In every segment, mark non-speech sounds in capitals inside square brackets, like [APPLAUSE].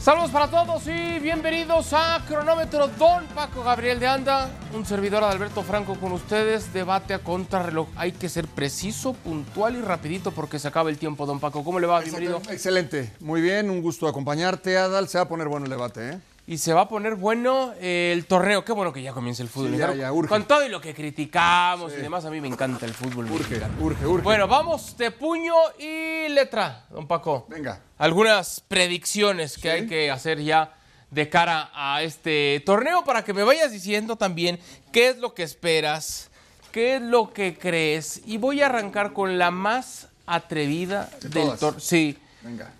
Saludos para todos y bienvenidos a Cronómetro Don Paco Gabriel de Anda, un servidor de Alberto Franco con ustedes, debate a contrarreloj. Hay que ser preciso, puntual y rapidito porque se acaba el tiempo, Don Paco. ¿Cómo le va? Bienvenido. Excelente, muy bien, un gusto acompañarte, Adal. Se va a poner bueno el debate, ¿eh? Y se va a poner bueno eh, el torneo. Qué bueno que ya comience el fútbol. Sí, mexicano. ya, ya, urge. Con todo y lo que criticamos y demás, a mí me encanta el fútbol. Urge, mexicano. urge, urge. Bueno, vamos de puño y letra, Don Paco. Venga. algunas predicciones que hay que hacer ya de cara a este torneo para que me vayas diciendo también qué es lo que esperas, qué es lo que crees. Y voy a arrancar con la más atrevida De del todas. torneo. Sí, Venga.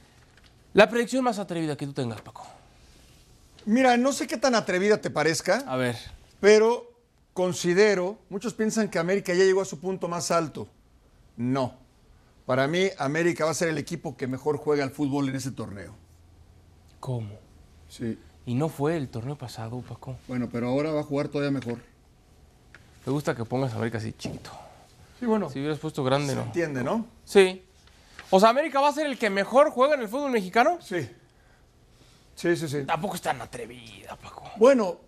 la predicción más atrevida que tú tengas, Paco. Mira, no sé qué tan atrevida te parezca, A ver, pero considero, muchos piensan que América ya llegó a su punto más alto. No. Para mí, América va a ser el equipo que mejor juega al fútbol en ese torneo. ¿cómo? Sí. Y no fue el torneo pasado, Paco. Bueno, pero ahora va a jugar todavía mejor. Me gusta que pongas a América así chiquito. Sí, bueno. Si hubieras puesto grande, Se no. entiende, ¿no? Sí. O sea, América va a ser el que mejor juega en el fútbol mexicano. Sí. Sí, sí, sí. Tampoco es tan atrevida, Paco. Bueno, O,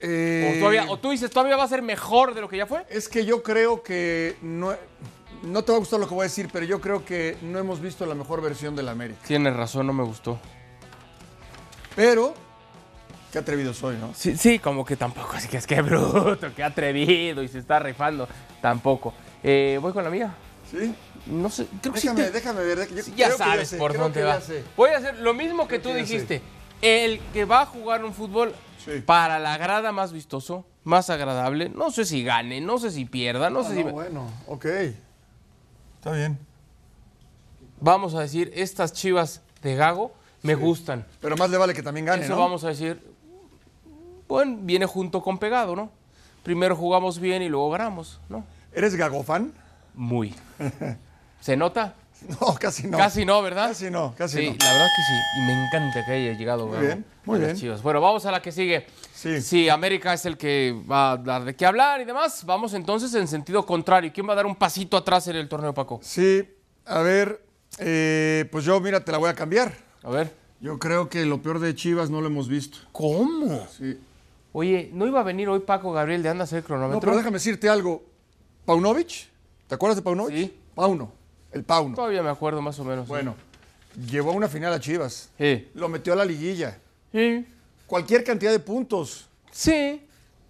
eh, todavía- o tú dices, todavía va a ser mejor de lo que ya fue. Es que yo creo que no, no te va a gustar lo que voy a decir, pero yo creo que no hemos visto la mejor versión del América. Tienes razón, no me gustó. Pero qué atrevido soy, ¿no? Sí, sí, como que tampoco, así que es que [LAUGHS] bruto, que atrevido y se está rifando. Tampoco. Eh, voy con la mía. Sí. No sé, creo que sí Déjame, te- déjame ver. yo Ya creo que sabes sé, por creo dónde que va. ya sé. Voy a hacer lo mismo que Creo tú que ya dijiste. El que va a jugar un fútbol Sí. para la grada más vistoso, más agradable. No sé si gane, no sé si pierda, no sé Ah, si. no, bueno, ok. Está bien. Vamos a decir, estas chivas de Gago me gustan. Pero más le vale que también gane, Eso ¿no? vamos a decir. Bueno, viene junto con pegado, ¿no? Primero jugamos bien y luego ganamos, ¿no? ¿Eres gagofan? [LAUGHS] Muy. ¿Se nota? No, casi no. Casi no, ¿verdad? Casi no, casi sí, no. la verdad que sí. Y me encanta que haya llegado Gago bien, muy a las bien. Chivas. Bueno, vamos a la que sigue. Sí. Si América es el que va a dar de qué hablar y demás, vamos entonces en sentido contrario. ¿Quién va a dar un pasito atrás en el torneo, Paco? Sí, a ver, eh, pues yo, mira, te la voy a cambiar. A ver. Yo creo que lo peor de Chivas no lo hemos visto. ¿Cómo? Sí. Oye, ¿no iba a venir hoy Paco Gabriel de Anda a hacer el No, cronómetro? pero déjame decirte algo. Paunovic, ¿te acuerdas de Paunovic? Sí. Pauno, el Pauno. Todavía me acuerdo más o menos. Bueno, llevó a una final a Chivas. Sí. Lo metió a la liguilla. Sí. Cualquier cantidad de puntos, Sí.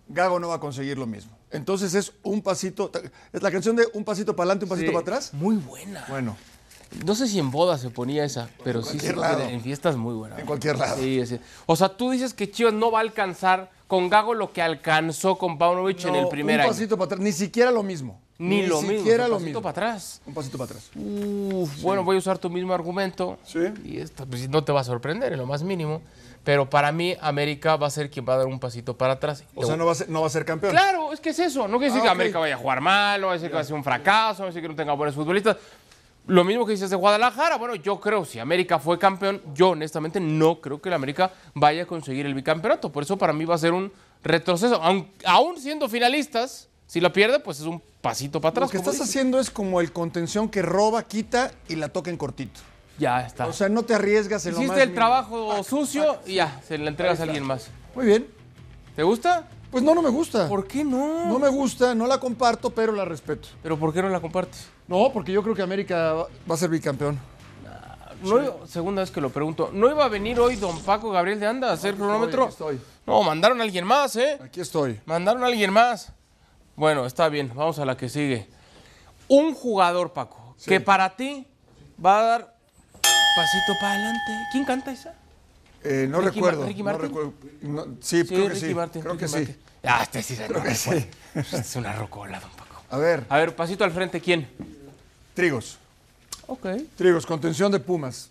Gago no va a conseguir lo mismo. Entonces es un pasito, es la canción de un pasito para adelante, un pasito Sí. para atrás. Muy buena. Bueno, No sé si en boda se ponía esa, pero sí, sí cualquier lado. en fiestas muy buena. En cualquier lado. Sí, sí. O sea, tú dices que Chivas no va a alcanzar con Gago lo que alcanzó con Paunovic en no, el primer un año. pasito para atrás, ni siquiera lo mismo. Ni, lo mismo. siquiera un lo pasito mismo. para atrás. Un pasito para atrás. Uf, bueno, voy a usar tu mismo argumento. Sí. Y esta, pues, no te va a sorprender en lo más mínimo. Pero para mí, América va a ser quien va a dar un pasito para atrás. O sea, no va a ser, no va a ser campeón. Claro, es que es eso. No quiere decir Ah, que ok. América vaya a jugar mal, no va a decir que va a ser un fracaso, no va a decir que no tenga buenos futbolistas. Lo mismo que dices de Guadalajara. Bueno, yo creo, si América fue campeón, yo honestamente no creo que el América vaya a conseguir el bicampeonato. Por eso para mí va a ser un retroceso. Aun, aún siendo finalistas, si la pierde, pues es un pasito para atrás. Lo que como estás dicen. haciendo es como el contención que roba, quita y la toca en cortito. Ya está. O sea, no te arriesgas en lo más Ah. Hiciste el mínimo. trabajo sucio y ya, se le entregas a alguien más. Muy bien. ¿Te gusta? Pues no, no me gusta. ¿Por qué no? No me gusta, no la comparto, pero la respeto. ¿Pero por qué no la compartes? No, porque yo creo que América va va a ser bicampeón. No iba- segunda vez que lo pregunto. ¿No iba a venir hoy don Paco Gabriel de Anda a hacer cronómetro? estoy, aquí No, mandaron a alguien más, ¿eh? Aquí estoy. Mandaron a alguien más. Bueno, está bien, vamos a la que sigue. Un jugador, Paco, que para ti va a dar pasito para adelante. ¿Quién canta esa? Eh, no Ricky recuerdo. Ma- Ricky no Martin. recuerdo. No, sí, Sí, creo que Ricky sí. Martin. creo Ricky que Martin. sí. Ah, este sí se no, [LAUGHS] pues, [LAUGHS] Es una rocola, don Paco. A ver, A ver, pasito al frente, ¿quién? Trigos. Ok. Trigos, contención de Pumas.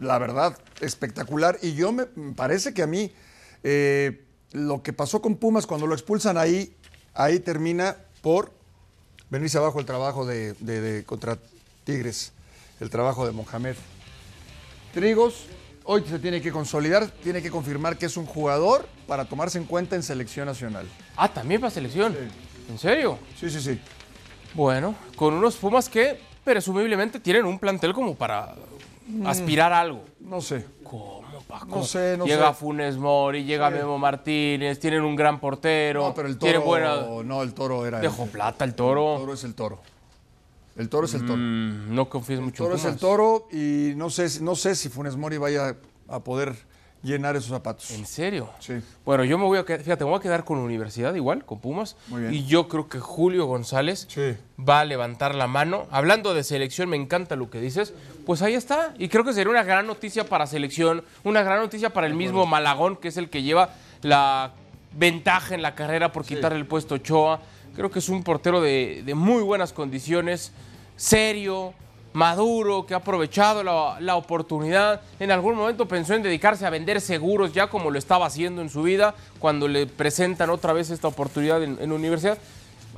La verdad, espectacular. Y yo me me parece que a mí eh, lo que pasó con Pumas cuando lo expulsan ahí, ahí termina por venirse abajo el trabajo de, de- de- contra Tigres, el trabajo de Mohamed. Trigos, hoy se tiene que consolidar, tiene que confirmar que es un jugador para tomarse en cuenta en selección nacional. Ah, también para selección. ¿En serio? Sí, sí, sí. Bueno, con unos Pumas que presumiblemente tienen un plantel como para aspirar a algo. No sé. ¿Cómo, Paco? Mm. No sé, no llega sé. Funes Mori, llega Memo Martínez, tienen un gran portero. No, pero el tienen toro. buena... No, el toro era. Dejó el- plata el El toro. toro es el toro. El toro es el toro. Mm, no confíes El mucho en toro es el Pumas. toro y no sé, si- no sé si Funes Mori vaya a poder llenar esos zapatos. ¿En serio? Sí. Bueno, yo me voy a quedar, fíjate, me voy a quedar con Universidad igual, con Pumas. Muy bien. Y yo creo que Julio González Sí. va a levantar la mano. Hablando de selección, me encanta lo que dices. Pues ahí está. Y creo que sería una gran noticia para selección, una gran noticia para el mismo Malagón, que es el que lleva la ventaja en la carrera por quitar el puesto a Ochoa. Creo que es un portero de, de muy buenas condiciones, serio, maduro, que ha aprovechado la, la oportunidad. En algún momento pensó en dedicarse a vender seguros, ya como lo estaba haciendo en su vida, cuando le presentan otra vez esta oportunidad en, en universidad.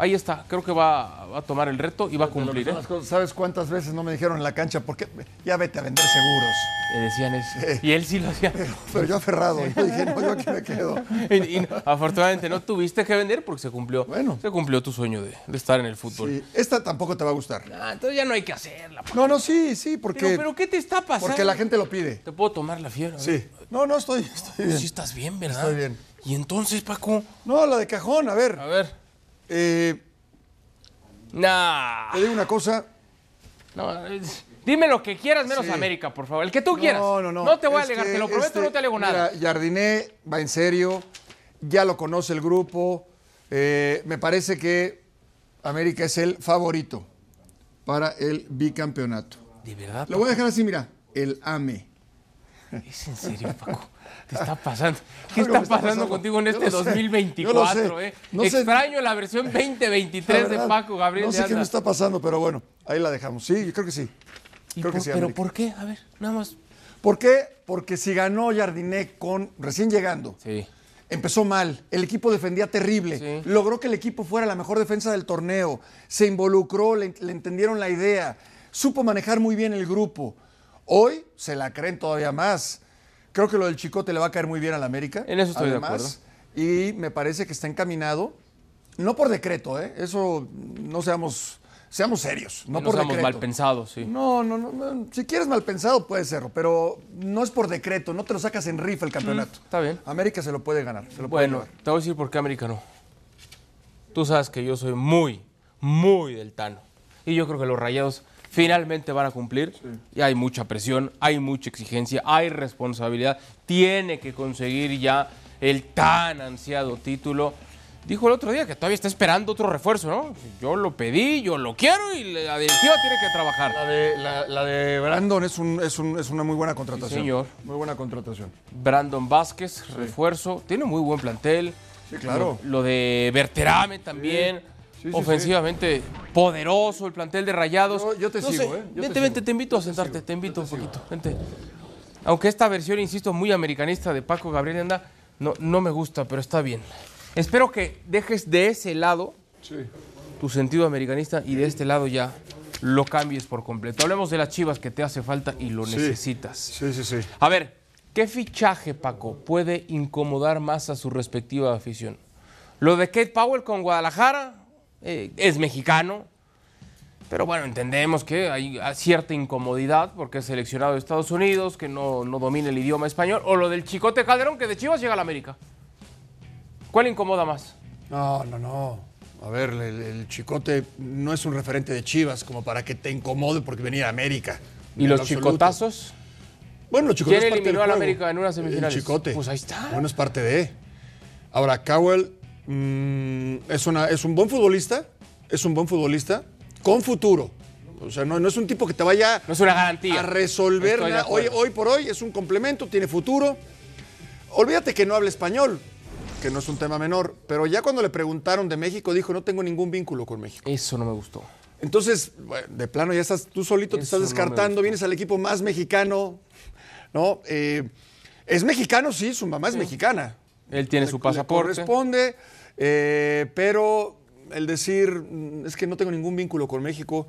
Ahí está, creo que va, va a tomar el reto y va a De lo que cumplir. son ¿eh? las cosas, ¿Sabes cuántas veces no me dijeron en la cancha? ¿Por qué? Ya vete a vender seguros. Le decían eso. Y él sí lo hacía. [LAUGHS] Pero yo aferrado. Yo dije, no, yo aquí me quedo. Y, y no, afortunadamente no tuviste que vender porque se cumplió. Bueno. Se cumplió tu sueño de, de estar en el fútbol. Sí, esta tampoco te va a gustar. Ah, entonces ya no hay que hacerla. pa- No, no, sí, sí, porque, Pero, pero ¿qué te está pasando? porque la gente lo pide. Te puedo tomar la fiebre. Sí. No, no, estoy, estoy Sí bien. estás bien, ¿verdad? Estoy bien. Y entonces, Paco, No, la de cajón, a ver. a ver. eh, Nah. te digo una cosa. No, es- Dime lo que quieras menos Sí. América, por favor. El que tú quieras. No, no, no. No te voy a Es alegar, que te lo prometo, este, no te alego nada. mira, Jardiné va en serio, ya lo conoce el grupo. eh, me parece que América es el favorito para el bicampeonato. De verdad, Lo voy a dejar así, mira, el E. AME. Paco, es en serio, Paco. Te está pasando. ¿Qué [LAUGHS] Algo está, me pasando, contigo en Yo este no sé, yo no sé, 2024? eh? no sé. Extraño la versión [LAUGHS] La 2023 de verdad, Paco Gabriel No de sé qué Anda. me está pasando, pero bueno, ahí la dejamos. Sí, yo creo que sí. ¿Y Creo que por- sí, ¿Pero América. por qué? A ver, nada más. ¿Por qué? Porque si ganó Jardiné con recién llegando. Sí. Empezó mal, el equipo defendía terrible, Sí. logró que el equipo fuera la mejor defensa del torneo, se involucró, le, le entendieron la idea, supo manejar muy bien el grupo. Hoy se la creen todavía más. Creo que lo del Chicote le va a caer muy bien al América. En eso estoy de Y me parece que está encaminado, no por decreto, ¿eh? eso no seamos, seamos serios, no No, por seamos decreto. mal pensados, sí. No, no, no, no, Si quieres mal pensado, puede serlo, pero no es por decreto, no te lo sacas en rifa el campeonato. Mm, está bien. América se lo puede ganar, se lo puede Bueno, llevar. te voy a decir por qué América no. Tú sabes que yo soy muy, muy del Tano. Y yo creo que los rayados finalmente van a cumplir. Y hay mucha presión, hay mucha exigencia, hay responsabilidad. Tiene que conseguir ya el tan ansiado título. Dijo el otro día que todavía está esperando otro refuerzo, ¿no? Yo lo pedí, yo lo quiero y la directiva tiene que trabajar. La de, la, la de Brandon es, un- es, un- es una muy buena contratación. señor. Muy buena contratación. Brandon Vázquez, refuerzo. Tiene muy buen plantel. Sí, claro. Lo, lo de Berterame también. Sí, sí, Ofensivamente poderoso el plantel de Rayados. Yo- yo te No sigo, sé, ¿eh? Yo vente, te vente, sigo. te invito a sentarte, te invito un poquito. Vente. Aunque esta versión, insisto, muy americanista de Paco Gabriel Anda, no, no me gusta, pero está bien. Espero que dejes de ese lado tu sentido americanista y de este lado ya lo cambies por completo. Hablemos de las chivas que te hace falta y lo necesitas. Sí, sí, sí. A ver, ¿qué fichaje, Paco, puede incomodar más a su respectiva afición? Lo de Kate Powell con Guadalajara eh, es mexicano, pero bueno, entendemos que hay a- cierta incomodidad porque es seleccionado de Estados Unidos, que no, no domina el idioma español, o lo del Chicote Calderón, que de Chivas llega a la América. ¿Cuál incomoda más? No, no, no. A ver, el, el Chicote no es un referente de Chivas como para que te incomode porque venía a América. ¿Y En los lo absoluto. chicotazos? Bueno, los chicotazos. ¿Quién es parte del eliminó al juego. América en una semifinal? El Chicote. Pues ahí está. Bueno, es parte de. Ahora, Cowell mm, es, una, es un buen futbolista. Es un buen futbolista con futuro. O sea, no, no es un tipo que te vaya No es una garantía. a resolver. Estoy de nada. Hoy, acuerdo. hoy por hoy es un complemento, tiene futuro. Olvídate que no habla español. que no es un tema menor, pero ya cuando le preguntaron de México, dijo, no tengo ningún vínculo con México. Eso no me gustó. Entonces, bueno, de plano, ya estás, tú solito te Eso estás no me descartando, gustó. vienes al equipo más mexicano, ¿no? Eh, es mexicano, sí, su mamá es mexicana. Él tiene Le- su le pasaporte. corresponde, eh, pero el decir, "Mm, es que no tengo ningún vínculo con México.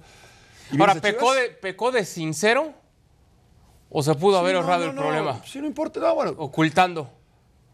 y vienes Ahora, a ¿pecó Chivas, de, ¿pecó de sincero o se pudo haber sí, no, ahorrado no, el no, problema? Sí, no importa, no, bueno, Ocultando.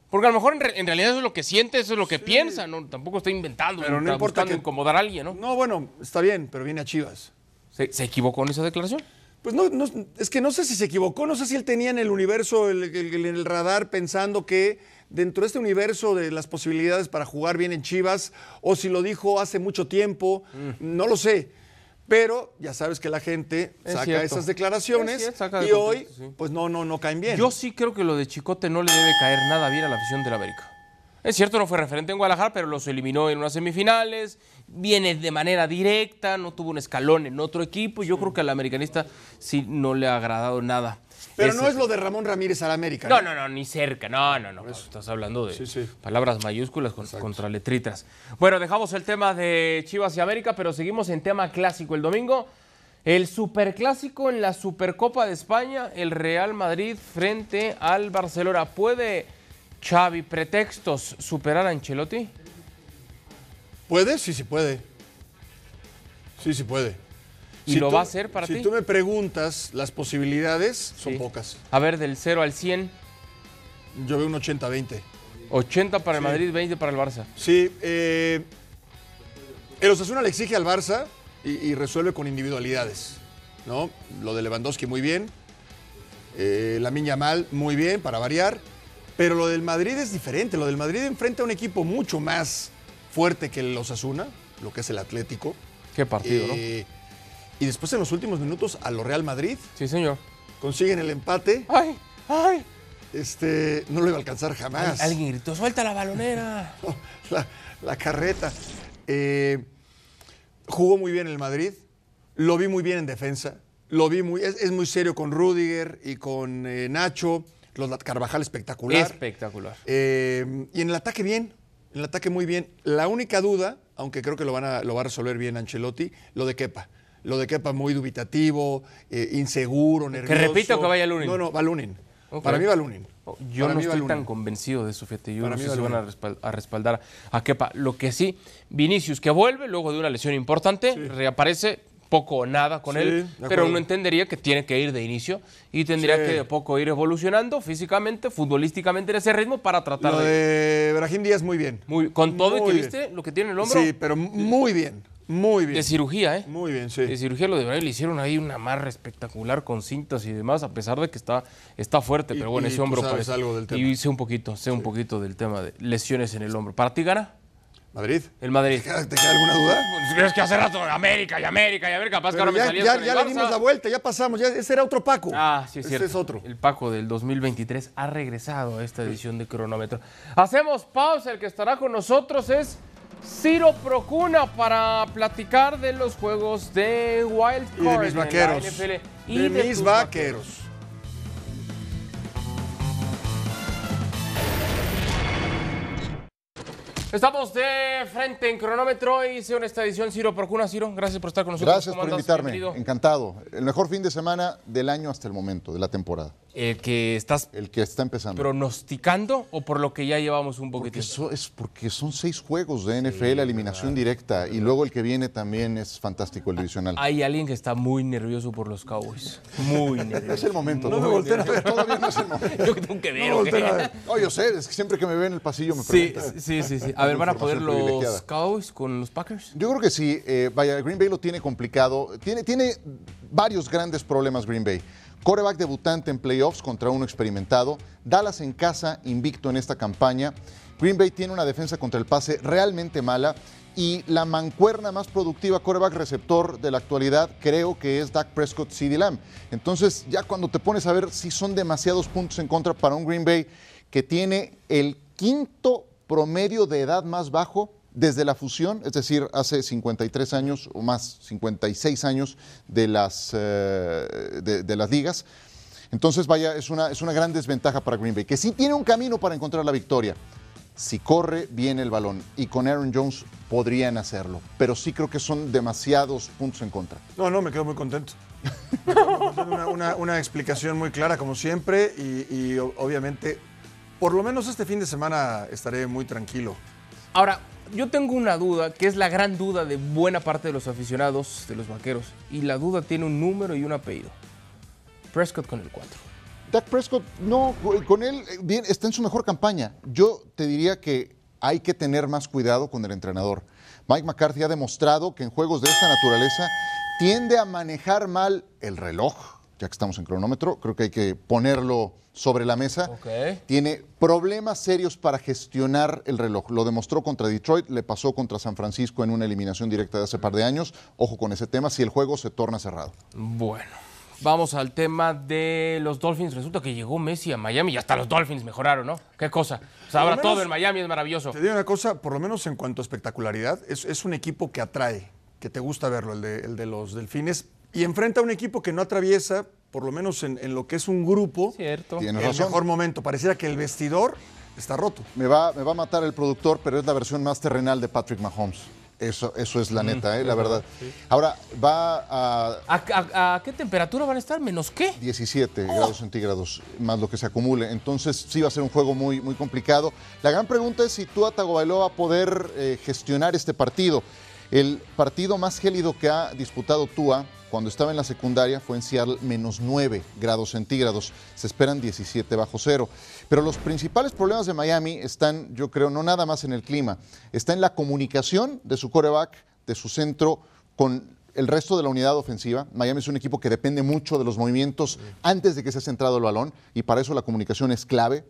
Porque a lo mejor en, re- en realidad eso es lo que siente, eso es lo que piensa, ¿no? Tampoco está inventando, Pero no está importa buscando que- incomodar a alguien, ¿no? no, bueno, está bien, pero viene a Chivas. ¿Se, se equivocó en esa declaración? Pues no, no, es que no sé si se equivocó, no sé si él tenía en el universo, el, el- el radar, pensando que dentro de este universo de las posibilidades para jugar bien en Chivas, o si lo dijo hace mucho tiempo, no lo sé. Pero ya sabes que la gente Mm. Es saca cierto. esas declaraciones Es cierto, saca de y hoy, contexto, sí. pues no, no, no caen bien. Yo sí creo que lo de Chicote no le debe caer nada bien a la afición del América. Es cierto, no fue referente en Guadalajara, pero los eliminó en unas semifinales, viene de manera directa, no tuvo un escalón en otro equipo. Yo creo que al americanista sí no le ha agradado nada. Pero Ese- no es lo de Ramón Ramírez al América. ¿eh? No, no, no, ni cerca. No, no, no. Estás hablando de Sí, sí. palabras mayúsculas con- contra letritas. Bueno, dejamos el tema de Chivas y América, pero seguimos en tema clásico. El domingo, el superclásico en la Supercopa de España, el Real Madrid frente al Barcelona. ¿Puede Xavi pretextos superar a Ancelotti? ¿Puede? Sí, sí puede. Sí, sí puede. ¿Y lo va a hacer para ti? Si tú me preguntas, las posibilidades son Sí. pocas. A ver, del 0 al 100, Yo veo un 80-20. 80 para el Sí. Madrid, 20 para el Barça. Sí, eh, el Osasuna le exige al Barça y, y resuelve con individualidades, ¿no? Lo de Lewandowski muy bien, eh, la Miña Mal muy bien para variar, pero lo del Madrid es diferente. Lo del Madrid enfrenta a un equipo mucho más fuerte que el Osasuna, lo que es el Atlético. Qué partido, ¿no? eh, Y después en los últimos minutos a lo Real Madrid Sí, señor. consiguen el empate. ¡Ay! ¡Ay! Este no lo iba a alcanzar jamás. Alguien gritó, suelta la balonera. [LAUGHS] la, la carreta. Eh, jugó muy bien el Madrid, lo vi muy bien en defensa, lo vi muy, es, es muy serio con Rudiger y con eh, Nacho, los lat- Carvajal espectacular. Espectacular. Eh, y en el ataque bien, en el ataque muy bien. La única duda, aunque creo que lo, van a, lo va a resolver bien Ancelotti, lo de Kepa. Lo de Kepa muy dubitativo, eh, inseguro, nervioso. repita o que vaya Lunin? No, no, va Lunin. Ok. Oh, Para mí va Lunin. Yo Para no mí va estoy Lunin. tan convencido de eso, fíjate. Yo Para no mí sé va si van a Lunin. respal- a respaldar a Kepa. Lo que sí, Vinicius que vuelve luego de una lesión importante, reaparece poco o nada con Sí, él, de pero acuerdo. uno entendería que tiene que ir de inicio y tendría Sí. que de poco ir evolucionando físicamente, futbolísticamente en ese ritmo para tratar Lo de... de Brahim Díaz muy bien. Muy, con todo y Muy que bien. viste lo que tiene en el hombro Sí, pero muy bien, muy bien. de cirugía, ¿eh? Muy bien, De sí. cirugía lo de Brahim, le hicieron ahí una amarra espectacular con cintas y demás, a pesar de que está, está fuerte, Y- pero bueno, y ese tú hombro sabes algo del tema. Y sé un poquito, sé un poquito del tema de lesiones en el hombro. ¿Para ti gana? Madrid. El Madrid. ¿Te queda- te queda alguna duda? Es Pues, que hace rato América y América y América, capaz que Pero ahora me ya salías ya- con el ya Barça. le dimos la vuelta, ya pasamos. Ya, ese era otro Paco. Ah, sí, es Ese cierto. es otro. El Paco del 2023 ha regresado a esta edición de cronómetro. Hacemos pausa. El que estará con nosotros es Ciro Procuna para platicar de los juegos de Wild Y de Card mis en la vaqueros. NFL y de, de mis tus vaqueros. Estamos de frente en cronómetro y se une esta edición Ciro Procuna. Ciro, gracias por estar con nosotros. Gracias ¿Cómo por andas? invitarme. Bienvenido. Encantado. El mejor fin de semana del año hasta el momento, de la temporada. El que estás El que está empezando. pronosticando o por lo que ya llevamos un porque poquitito. eso es porque son seis juegos de NFL, eliminación directa. Y luego el que viene también es fantástico, el divisional. Hay alguien que está muy nervioso por los Cowboys. Muy nervioso. Es [LAUGHS] el momento. No me volteen a ver. Todavía no es el momento. Yo que tengo que ver. No, ¿o qué? volteen a ver. No, yo sé, es que siempre que me ven en el pasillo me Sí, preguntan. sí, sí, sí. A ver, ¿van a poder Información los privilegiada. Cowboys con los Packers? Yo creo que sí. eh, vaya, Green Bay lo tiene complicado. Tiene, tiene varios grandes problemas Green Bay. Coreback debutante en playoffs contra uno experimentado. Dallas en casa, invicto en esta campaña. Green Bay tiene una defensa contra el pase realmente mala. Y la mancuerna más productiva coreback receptor de la actualidad creo que es Dak Prescott CD Lamb. Entonces, ya cuando te pones a ver si son demasiados puntos en contra para un Green Bay que tiene el quinto promedio de edad más bajo desde la fusión, es decir, hace 53 años o más, 56 años de las, eh, de, de las ligas. Entonces, vaya, es una, es una gran desventaja para Green Bay, que sí tiene un camino para encontrar la victoria, si corre bien el balón. Y con Aaron Jones podrían hacerlo. Pero sí creo que son demasiados puntos en contra. No, no, me quedo muy contento. [LAUGHS] Me quedo muy contento. Una, una- una explicación muy clara, como siempre, y, y o- obviamente, por lo menos este fin de semana estaré muy tranquilo. Ahora, yo tengo una duda, que es la gran duda de buena parte de los aficionados de los vaqueros. Y la duda tiene un número y un apellido. Prescott con el 4. Dak Prescott, no, con él eh, bien, está en su mejor campaña. Yo te diría que hay que tener más cuidado con el entrenador. Mike McCarthy ha demostrado que en juegos de esta naturaleza tiende a manejar mal el reloj, ya que estamos en cronómetro, creo que hay que ponerlo sobre la mesa. Ok. Tiene problemas serios para gestionar el reloj. Lo demostró contra Detroit, le pasó contra San Francisco en una eliminación directa de hace par de años. Ojo con ese tema si el juego se torna cerrado. Bueno, vamos al tema de los Dolphins. Resulta que llegó Messi a Miami y hasta los Dolphins mejoraron, ¿no? Qué cosa. O sea, Por lo ahora todo menos- en Miami es maravilloso. Te digo una cosa, por lo menos en cuanto a espectacularidad, es, es un equipo que atrae, que te gusta verlo, el de, el de los delfines, y enfrenta a un equipo que no atraviesa, por lo menos en, en lo que es un grupo, Cierto. Tienes el razón. mejor momento. Pareciera que el vestidor está roto. Me va, me va a matar el productor, pero es la versión más terrenal de Patrick Mahomes. Eso, eso es la neta, eh, la verdad. Ahora va a ¿A, a- a qué temperatura van a estar? ¿Menos qué? 17 grados centígrados, más lo que se acumule. Entonces sí va a ser un juego muy, muy complicado. La gran pregunta es si Tua Tagovailoa va a poder eh, gestionar este partido. El partido más gélido que ha disputado Tua cuando estaba en la secundaria fue en Seattle, menos 9 grados centígrados. Se esperan 17 bajo cero. Pero los principales problemas de Miami están, yo creo, no nada más en el clima. Está en la comunicación de su coreback, de su centro con el resto de la unidad ofensiva. Miami es un equipo que depende mucho de los movimientos antes de que sea centrado el balón y para eso la comunicación es clave.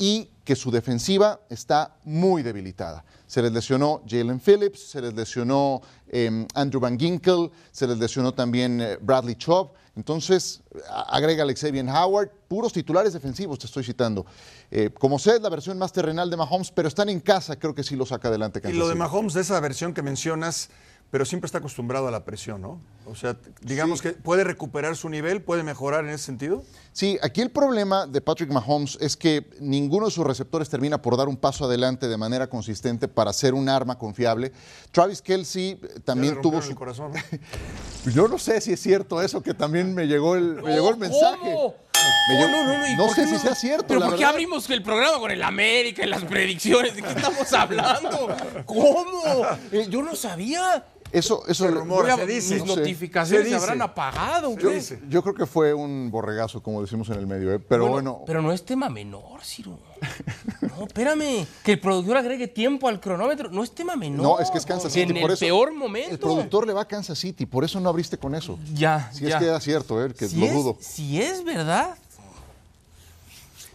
Y que su defensiva está muy debilitada. Se les lesionó Jalen Phillips, se les lesionó eh, Andrew Van Ginkel, se les lesionó también eh, Bradley Chubb. Entonces, a- agrégale Xavier Howard, puros titulares defensivos, te estoy citando. Eh, como sé, es la versión más terrenal de Mahomes, pero están en casa, creo que sí lo saca adelante. Y Kansas lo de City. Mahomes, de esa versión que mencionas, pero siempre está acostumbrado a la presión, ¿no? O sea, t- digamos que puede recuperar su nivel, puede mejorar en ese sentido. Sí, aquí el problema de Patrick Mahomes es que ninguno de sus receptores termina por dar un paso adelante de manera consistente para ser un arma confiable. Travis Kelsey eh, Ya le también tuvo rompieron su... el corazón. ¿no? [LAUGHS] Yo no sé si es cierto eso, que también me llegó el, me llegó el Oh, mensaje. ¿cómo? Me No, llegó- no, no, no, ¿y no por sé qué si sea cierto, Pero la ¿por qué verdad. abrimos el programa con el América y las predicciones? ¿De qué estamos hablando? ¿Cómo? Eh, yo no sabía. Eso, eso Se rumora, Voy a- se dice. Mis No sé. notificaciones Se se, dice. habrán apagado. Se ¿qué? dice. Yo creo que fue un borregazo, como decimos en el medio, ¿eh? pero bueno, Pero no es tema menor, [LAUGHS] Ciro. No, espérame. Que el productor agregue tiempo al cronómetro. No es tema menor. no, es que es Kansas City. En por el eso- peor El momento. productor le va a Kansas City, por eso no abriste con eso. Ya, Si ya. es que era cierto, ¿eh? que si lo es, dudo. Si es verdad.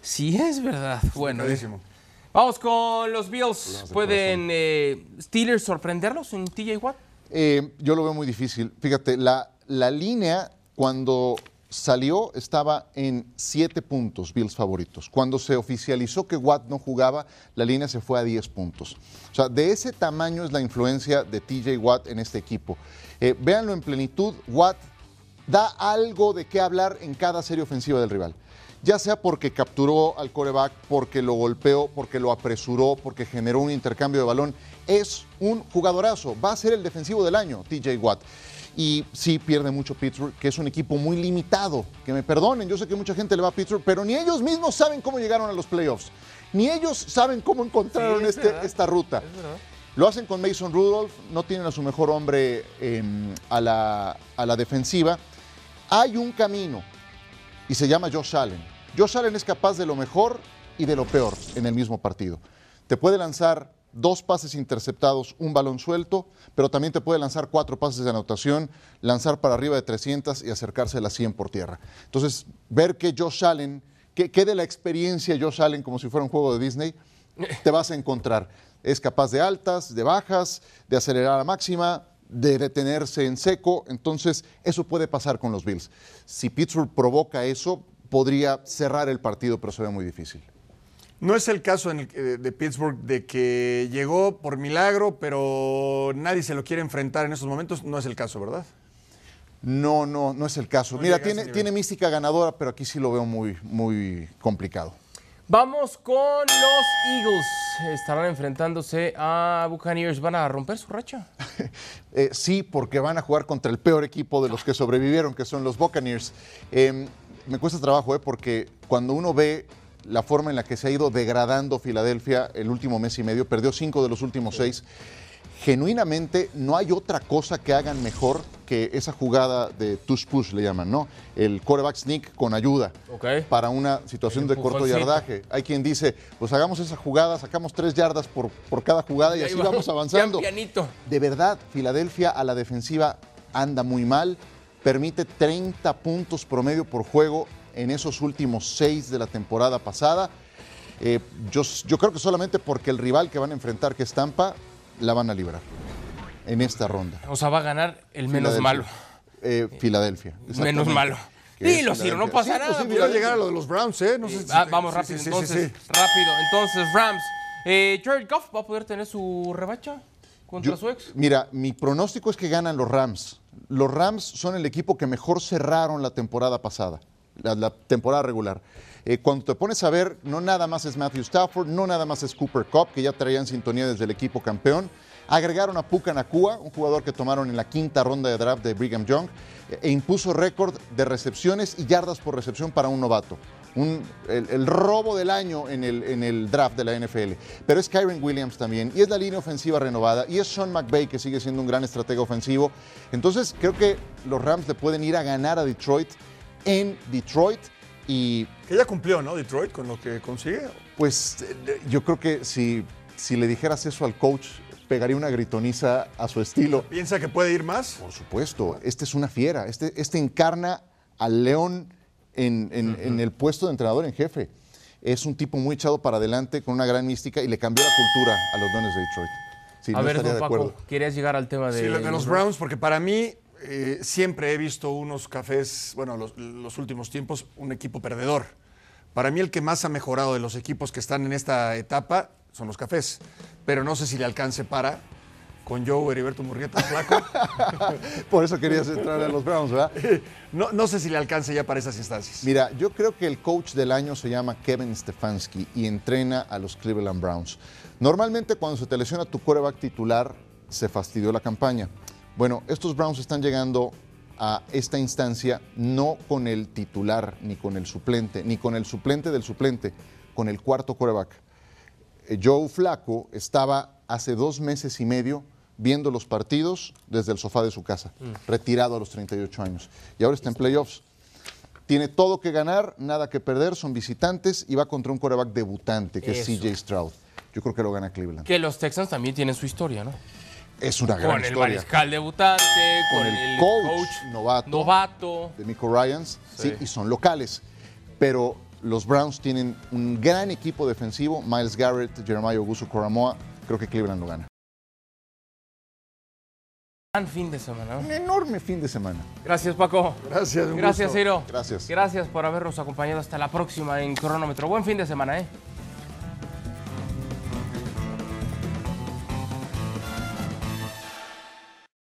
Si es verdad. Bueno, eh, Clarísimo. vamos con los Bills. ¿Pueden eh, Steelers sorprenderlos en TJ Watt? Eh, yo lo veo muy difícil. Fíjate, la, la línea cuando salió estaba en siete puntos, Bills favoritos. Cuando se oficializó que Watt no jugaba, la línea se fue a 10 puntos. O sea, de ese tamaño es la influencia de TJ Watt en este equipo. Eh, véanlo en plenitud, Watt da algo de qué hablar en cada serie ofensiva del rival. Ya sea porque capturó al coreback, porque lo golpeó, porque lo apresuró, porque generó un intercambio de balón. Es un jugadorazo. Va a ser el defensivo del año, TJ Watt. Y sí pierde mucho Pittsburgh, que es un equipo muy limitado. Que me perdonen, yo sé que mucha gente le va a Pittsburgh, pero ni ellos mismos saben cómo llegaron a los playoffs. Ni ellos saben cómo encontraron Sí, es este- verdad. esta ruta. Lo hacen con Mason Rudolph, no tienen a su mejor hombre em, a, la, a la defensiva. Hay un camino y se llama Josh Allen. Josh Allen es capaz de lo mejor y de lo peor en el mismo partido. Te puede lanzar dos pases interceptados, un balón suelto, pero también te puede lanzar cuatro pases de anotación, lanzar para arriba de 300 y acercarse a las 100 por tierra. Entonces, ver que Josh Allen, que, que de la experiencia Josh Allen como si fuera un juego de Disney, te vas a encontrar. Es capaz de altas, de bajas, de acelerar a máxima, de detenerse en seco. Entonces, eso puede pasar con los Bills. Si Pittsburgh provoca eso, podría cerrar el partido, pero se ve muy difícil. No es el caso en el que- de, de Pittsburgh de que llegó por milagro, pero nadie se lo quiere enfrentar en estos momentos. No es el caso, ¿verdad? No, no, no es el caso. No llega Mira, a ese tiene, nivel. tiene mística ganadora, pero aquí sí lo veo muy, muy complicado. Vamos con los Eagles. Estarán enfrentándose a Buccaneers. ¿Van a romper su racha? Eh, sí, porque van a jugar contra el peor equipo de los que sobrevivieron, que son los Buccaneers. Eh, me cuesta trabajo, eh, porque cuando uno ve la forma en la que se ha ido degradando Filadelfia el último mes y medio, perdió cinco de los últimos seis. Genuinamente no hay otra cosa que hagan mejor que esa jugada de tush push, le llaman, ¿no? El quarterback sneak con ayuda Ok. para una situación El de corto empujoncito. yardaje. Hay quien dice, pues hagamos esa jugada, sacamos tres yardas por, por cada jugada y, Ahí así va. [LAUGHS] vamos avanzando. Pian pianito. De verdad, Filadelfia a la defensiva anda muy mal. Permite 30 puntos promedio por juego en esos últimos seis de la temporada pasada. Eh, yo, yo creo que solamente porque el rival que van a enfrentar, que es Tampa, la van a librar en esta ronda. O sea, va a ganar el menos Filadelfia. malo. Eh, Filadelfia. Menos exactamente. malo. Que es Dilo, Ciro, no Filadelfia. pasa Sí, nada. pues sí, pues. Quiero llegar a lo de los Browns, ¿eh? No sé si- Ah, vamos sí, rápido, sí, sí, entonces, sí, sí. rápido. Entonces, Rams. Eh, Jared Goff va a poder tener su rebacha contra Yo- su ex. Mira, mi pronóstico es que ganan los Rams. Los Rams son el equipo que mejor cerraron la temporada pasada, la, la temporada regular. Eh, cuando te pones a ver, no nada más es Matthew Stafford, no nada más es Cooper Cup, que ya traían sintonía desde el equipo campeón. Agregaron a Puka Nakua, un jugador que tomaron en la quinta ronda de draft de Brigham Young, eh, e impuso récord de recepciones y yardas por recepción para un novato. Un- el, el robo del año en el, en el draft de la NFL. Pero es Kyron Williams también, y es la línea ofensiva renovada, y es Sean McVay, que sigue siendo un gran estratega ofensivo. Entonces, creo que los Rams le pueden ir a ganar a Detroit en Detroit, y Que ya cumplió, ¿no? Detroit con lo que consigue. pues eh, yo creo que si, si le dijeras eso al coach, pegaría una gritoniza a su estilo. ¿Piensa que puede ir más? Por supuesto, este es una fiera. Este, este encarna al león en, en- en el puesto de entrenador en jefe. Es un tipo muy echado para adelante, con una gran mística y le cambió la cultura a los dones de Detroit. Sí, A no ver, estaría don de Paco, acuerdo. querías llegar al tema de, Sí, lo de los Browns, porque para mí eh, siempre he visto unos cafés, bueno, los, los últimos tiempos, un equipo perdedor. Para mí el que más ha mejorado de los equipos que están en esta etapa son los cafés, pero no sé si le alcance para con Joe Heriberto Murrieta Flaco. [LAUGHS] Por eso querías entrar a los [LAUGHS] Browns, ¿verdad? No, no sé si le alcance ya para esas instancias. Mira, yo creo que el coach del año se llama Kevin Stefanski y entrena a los Cleveland Browns. Normalmente cuando se te lesiona tu coreback titular, se fastidió la campaña. Bueno, estos Browns están llegando a esta instancia no con el titular, ni con el suplente, ni con el suplente del suplente, con el cuarto coreback. Eh, Joe Flaco estaba hace dos meses y medio viendo los partidos desde el sofá de su casa, Mm. retirado a los 38 años. Y ahora está en playoffs. Tiene todo que ganar, nada que perder, son visitantes y va contra un coreback debutante, que Eso. es CJ Stroud. Yo creo que lo gana Cleveland. Que los Texans también tienen su historia, ¿no? Es una gran Con el historia. mariscal debutante, con, Con el el, coach coach novato. novato. de Nico Ryans, sí. Sí. y son locales. Pero los Browns tienen un gran equipo defensivo, Miles Garrett, Jeremiah Augusto Coramoa, creo que Cleveland lo gana. Gran fin de semana. ¿no? Un enorme fin de semana. Gracias, Paco. Gracias, un Gracias, gusto. Ciro. Gracias. Gracias por habernos acompañado. Hasta la próxima en Cronómetro. Buen fin de semana, ¿eh?